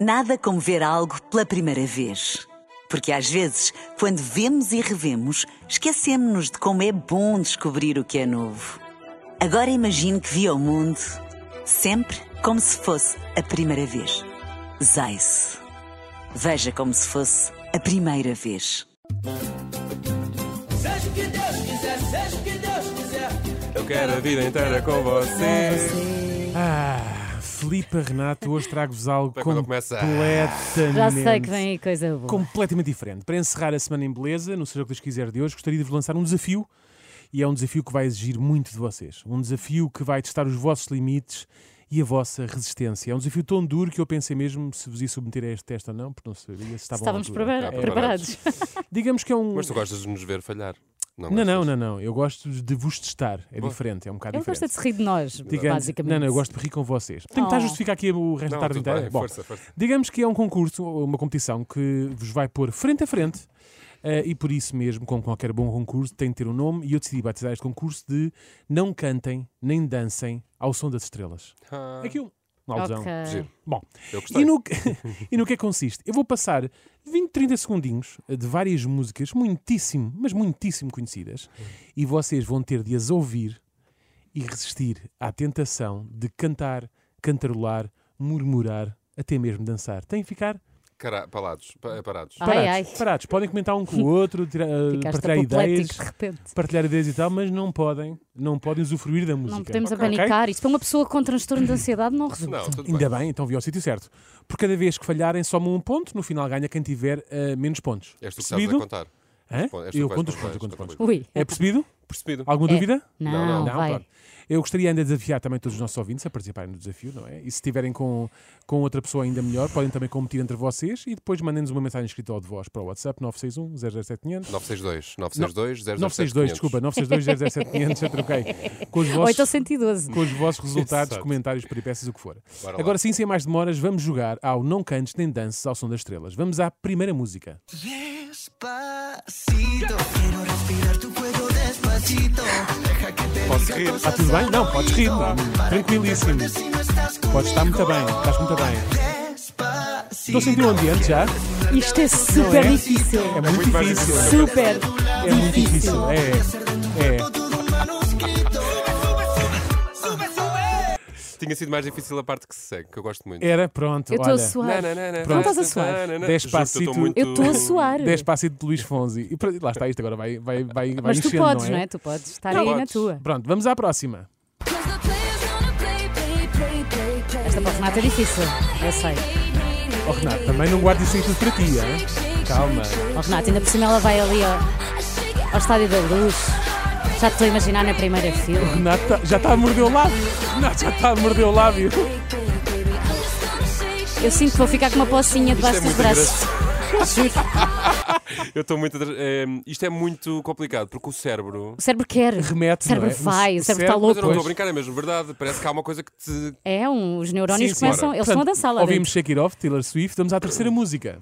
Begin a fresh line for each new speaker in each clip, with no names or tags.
Nada como ver algo pela primeira vez. Porque às vezes, quando vemos e revemos, esquecemos-nos de como é bom descobrir o que é novo. Agora imagine que viu o mundo sempre como se fosse a primeira vez. Zais. Veja como se fosse a primeira vez.
Seja o que Deus quiser, seja o que Deus quiser.
Eu quero a vida inteira com você.
Ah, Filipe Renato, hoje trago-vos algo
Bem, quando começa-
completamente,
Já sei que vem aí coisa boa.
completamente diferente. Para encerrar a semana em beleza, no Seja o que Deus quiser de hoje, gostaria de vos lançar um desafio e é um desafio que vai exigir muito de vocês. Um desafio que vai testar os vossos limites e a vossa resistência. É um desafio tão duro que eu pensei mesmo se vos ia submeter a este teste ou não, porque não sabia se estavam à
Estávamos
altura.
prepara-
Está
preparados.
Digamos que é um.
Mas tu gostas de nos ver falhar?
Não,
gostas?
não, não, não. Eu gosto de vos testar. É
Boa.
diferente, é um bocado
Ele
diferente.
gosta de se rir de nós,
Digamos,
basicamente.
não, não, eu gosto de rir com vocês. Tenho que estar a
Oh.
justificar aqui o resto da
Não,
tarde
tudo
inteira.
bem,
Bom,
força, força.
Digamos que é um concurso, ou uma competição que vos vai pôr frente a frente eh, e por isso mesmo, como qualquer bom concurso, tem de ter um nome e eu decidi batizar este concurso de Não Cantem Nem Dancem ao Som das Estrelas.
Ah,
Aqui um, um
Ok.
alusão.
giro.
Bom,
Eu gostei.
e no, que- e no que é que consiste? Eu vou passar 20, 30 segundinhos de várias músicas muitíssimo, mas muitíssimo conhecidas e vocês vão ter de as ouvir e resistir à tentação de cantar, cantarolar, murmurar, até mesmo dançar. Têm que ficar
Cara, palados, pa- é parados.
Ah. Ai,
parados.
ai.
parados. Podem comentar um com o outro, tirar, eh,
Ficaste
partilhar
apoplético
ideias,
de repente.
partilhar ideias e tal, mas não podem, não podem usufruir da música.
Não podemos
Ok.
apanicar. Isto para uma pessoa com transtorno de ansiedade não resulta.
Não, tudo
Ainda
bem.
bem, então vi ao sítio certo. Por cada vez que falharem, somam um ponto, no final ganha quem tiver eh, menos pontos.
És tu que sabes a
Percebido?
contar.
Hã?
Bom, és tu
Eu
que
conto os
vais
pontos, eu
contar,
conto
és
os pontos.
tu que vais
Ui.
É percebido?
contar. Percebido.
Alguma
É.
dúvida?
Não,
Não,
vai.
claro. Eu gostaria ainda de desafiar também todos os nossos ouvintes a participarem no desafio, não é? E se tiverem com, com outra pessoa ainda melhor, podem também competir entre vocês e depois mandem-nos uma mensagem escrita ou de voz para o WhatsApp 961 007500.
962, 962, 007
962, desculpa, 962 007500, eu troquei. Com os
Ou então
vossos,
112.
com os vossos resultados,
Exato.
comentários, peripécias, o que for.
Bora lá.
Agora sim, sem mais demoras, vamos jogar ao Não Cantes Nem Dances ao Som das Estrelas. Vamos à primeira música.
Despacito, quiero respirar tu cuello despacito. Deja que te
Posso
diga
rir?
cosas
Está tudo bem?
al
Não, podes rir,
oído.
não. tranquilíssimo.
Si no estás
Podes estar muito bem, estás muito bem.
Despacito.
Estou a sentir o ambiente já?
Isto é super difícil.
É muito
mais
difícil.
difícil.
Super.
É muito difícil. É. É.
Todo un manuscrito. Sube, sube, sube.
Ah, Tinha sido mais difícil a parte que se segue, que eu gosto muito.
Era, pronto,
Eu estou a
olha.
suar.
É. Não
estás a suar.
Despacito.
Eu estou a suar.
10 passitos de Luís Fonsi. E pronto, lá está isto, agora vai, vai, vai, vai
Mas tu
enchendo,
podes,
não é?
Tu podes estar
Não
aí na
podes.
tua.
Pronto, vamos à próxima.
Esta para o Renato é difícil. Eu sei.
Oh, Renato, também não guardes isso tudo para ti, hein? Calma.
Oh, Renato, ainda por cima ela vai ali ao, ao Estádio da Luz. Já te estou a imaginar na primeira fila.
Renato tá- já está a morder o lábio. Renato já está a morder o lábio.
Eu sinto que vou ficar com uma pocinha
Isto é
debaixo
muito
dos braços. Juro.
Eu estou muito. atra- eh, isto é muito complicado, porque o cérebro.
O cérebro quer.
Remete,
o cérebro
não é?
vai, o cérebro está
Mas eu não
louco.
estou a brincar, é mesmo verdade. Parece que há uma coisa que te.
É, um, os neurónios
Sim, sim.
começam.
Ora,
Eles estão a
Portanto,
dançar lá
Ouvimos
dentro.
Shake It Off, Taylor Swift. Vamos à terceira música.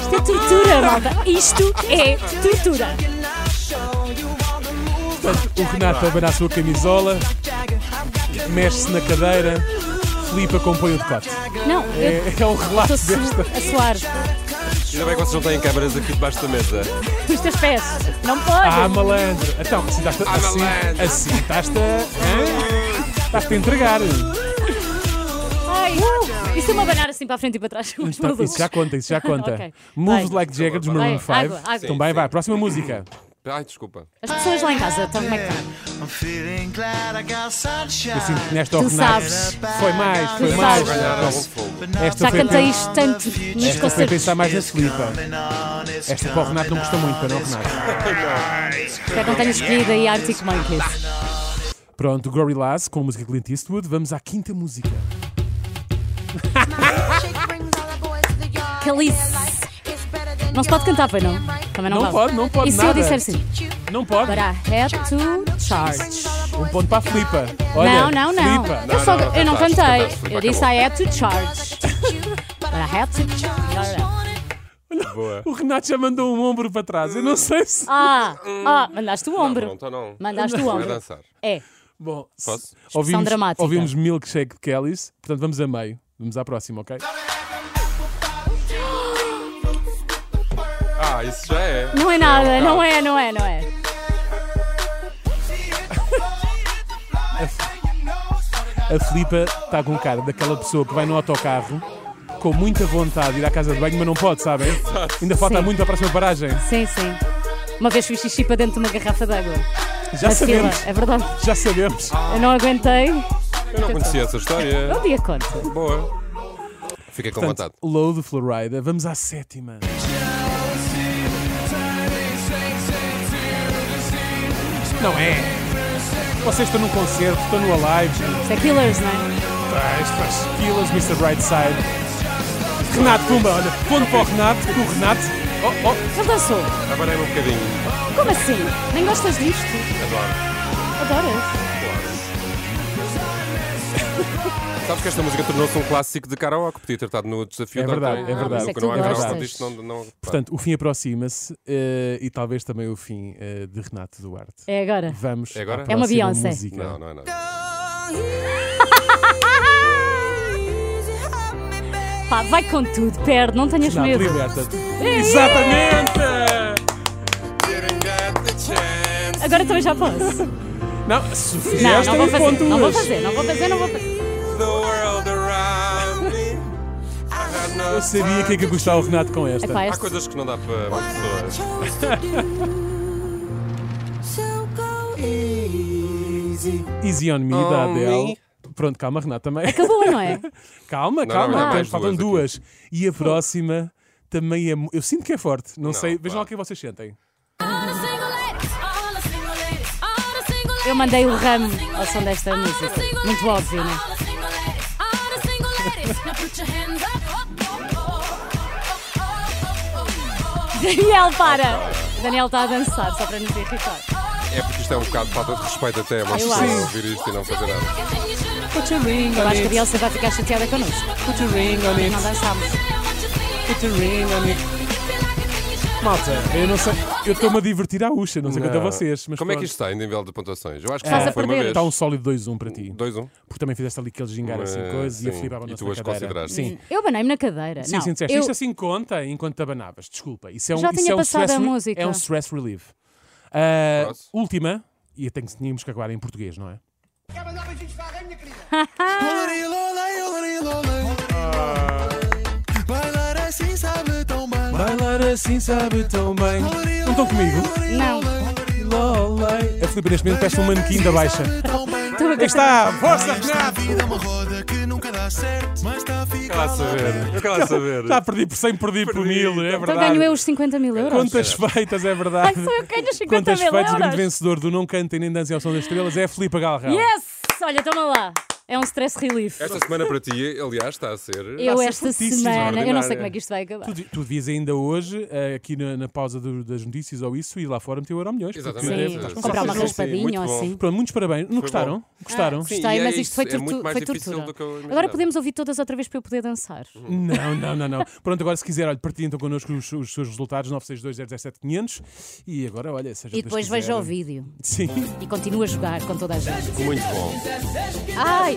Isto é tortura, malta. Isto é tortura.
Portanto, o Renato abana a sua camisola, mexe-se na cadeira, Filipe acompanha o decote.
Não, eu
É, é um relato
estou su-
desta.
a suar
Ainda bem que vocês não têm câmaras aqui debaixo da mesa.
os teus pés. Não
Ah,
podes.
malandro! Então, assim estás-te
Ah,
assim,
malandro.
assim estás-te a. Estás-te a entregar. Então,
Ai, e se eu me abanar assim para a frente e para trás? Os
Então,
malucos.
isso já conta, isso já conta.
Ok.
Moves
Vai.
Like Jagger dos
Vai,
Maroon 5.
água, água.
Então, vai,
Sim,
vai.
sim.
Próxima música.
Ai, desculpa.
As pessoas lá em casa estão como é que estão?
I'm feeling glad I got sunshine.
Assim, nesta
Tu
ordenada.
sabes.
Foi mais, foi
Tu
mais.
sabes.
Ganhar algum fogo.
Esta
Já
foi,
cantei isto tanto nos
esta foi
concertos.
pensar mais na Filipa. Esta para o Renato não custa muito, para não, Renato?
Espero que não tenhas escolhido aí Arctic Monkeys.
Pronto, Gorillaz com a música de Clint Eastwood. Vamos à quinta música.
Calice. Não se pode cantar, pois não? Também não,
Não
vale.
pode, não pode
E se eu
nada.
disser assim?
Não pode.
But I had to charge.
Um ponto para a Filipa. Olha,
não, não, não.
Filipa.
Eu, só,
Não, não,
eu não
cantaste,
cantei.
cantaste,
eu
Filipe,
disse I had to charge. But I had to charge.
Boa.
O Renato já mandou um ombro para trás. Eu não sei se.
Ah, ah, mandaste o
Não,
ombro.
não, então não.
Mandaste o
Não é
ombro.
dançar.
É.
Bom, se-
Posso?
Ouvimos,
dramática.
ouvimos Milkshake de Kellys, portanto vamos a meio. Vamos à próxima, ok?
Ah, isso já é.
Não é nada, não é, não é, não é.
A Filipa está com cara daquela pessoa que vai no autocarro com muita vontade de ir à casa de banho, mas não pode, sabem? Ainda falta
Sim.
muito à próxima paragem.
Sim, sim. Uma vez fui xixi para dentro de uma garrafa de água.
Já
Na fila,
sabemos,
é verdade.
já sabemos.
Eu não aguentei. é.
Eu não conhecia essa história.
Um dia conta.
Boa. Fiquei com vontade.
Portanto, low de Florida, vamos à sétima. Não é? Vocês estão num concerto, estão no Alive,
Isto é Killers, não é?
Traz, Ah, faz quilas, Mr. Brightside. Renato, pumba, olha, ponto para o Renato, que o Renato. Oh, oh,
Ele dançou.
Trabalhei um bocadinho.
Como assim? Nem gostas disto? Adoro. Adoras?
Sabes que esta música tornou-se um clássico de karaoke. Podia ter estado no desafio
É
de
verdade,
ontem.
é verdade.
Isso é que
Não
tu
há karaoke,
gostas.
isto não- não-
Portanto, o fim aproxima-se eh, e talvez também o fim eh, de Renato Duarte.
É agora.
Vamos.
É agora?
à
É
próxima
uma Beyoncé.
música.
Não, não é nada.
Pá, vai com tudo, perde, não tenhas
Renato,
medo.
liberta-te.
É.
Exatamente!
Agora também já posso.
Não, se
Não,
fizeste,
não vou
é um
fazer.
ponto
Não vou
hoje.
fazer, não vou fazer, não vou fazer.
Eu sabia que é que ia gostar o Renato com esta.
Epá, é-
Há
este...
coisas que não dá para uma pessoa.
Easy on me, da Adele. Pronto, calma, Renato, também.
Acabou, não é?
Calma,
Não, não,
calma,
não,
temos-
mais
faltam duas.
duas
E a próxima também é. mu- Eu sinto que é forte, não, sei. Vejam
vá.
lá o que vocês sentem.
Eu mandei o ramo ao som desta música. Muito óbvio, né? Daniel, para! O Daniel está a dançar, só para nos irritar.
É porque isto é um bocado de falta de respeito até. Mas
Ah, Eu acho.
ouvir isto e não fazer nada.
Eu acho que a Beyoncé vai ficar chateada connosco. porque Não dançámos.
Malta, eu não sei. Eu estou-me a divertir à Uxa, não sei quanto a
Não.
vocês. Mas
Como é que
pronto.
isto está em nível de pontuações? Eu acho que
Estás
só
a
foi uma
perder.
vez.
Está um sólido 2-1 para ti.
2-1.
Porque também fizeste ali aquele gingar assim,
Eh,
coisa, e a
sim.
Filipe
E
abanou-se
tu
na
as
cadeira.
consideraste.
Sim.
Eu banei-me na cadeira.
Sim,
não,
sim, disseste.
eu...
Isto assim conta enquanto te abanavas. Desculpa. Isso é um,
Já
isso
tinha
é um
passado
stress
a
re-
música.
É um stress relief. Ah,
Próximo.
última, e até que tínhamos que acabar em português, não é?
Lola, Lola. Bailar assim sabe tão bem.
Bailar assim sabe tão bem. Não estão comigo?
Não.
A Filipe neste momento parece um manequim da baixa.
Tu nunca-
Cá está, força,
Esta
Renato!
vida é uma roda que nunca dá certo, mas está a
Eu quero
ficar
lá saber. Eu quero lá saber.
Já perdi por 100, perdi, por
Perdi.
1000, é
Então
verdade.
ganho eu os 50 mil euros.
Quantas feitas, é
Ai,
verdade.
sou eu que ganho os 50
Quantas
mil
feitas, o grande
euros.
vencedor do Não Cantem Nem Dancem ao Som das Estrelas é a Filipe Galrão.
Yes! Olha, toma lá. É um stress relief.
Esta semana para ti, aliás, está a ser.
Eu
ser
esta
fortíssimo.
semana, eu não sei
Extraordinário.
como é que isto vai acabar.
Tu, di- tu devias ainda hoje, eh, aqui na, na pausa do- das notícias ou isso, ir lá fora meter o euro milhões. porque
Exatamente.
estás com
Sim, comprar
vocês
uma
não-
raspa-
raspadinha Ah,
muito
ou
bom.
assim.
Pronto, muitos parabéns. Não gostaram? Gostaram?
Sim,
Gostei,
e é
mas isto
isso,
foi,
é
tortu-
muito mais
foi
difícil
tortura.
do que eu
Agora
imaginava. Uhum.
podemos ouvir todas outra vez para eu poder dançar.
Não, não, não, não. Pronto, agora se quiser, olha, partilhem então connosco os, os seus resultados, 962 E agora, olha, seja
E
Deus
depois
quiser.
vejo ao vídeo.
Sim.
E continuo a jogar com toda a gente.
muito bom.
Ai,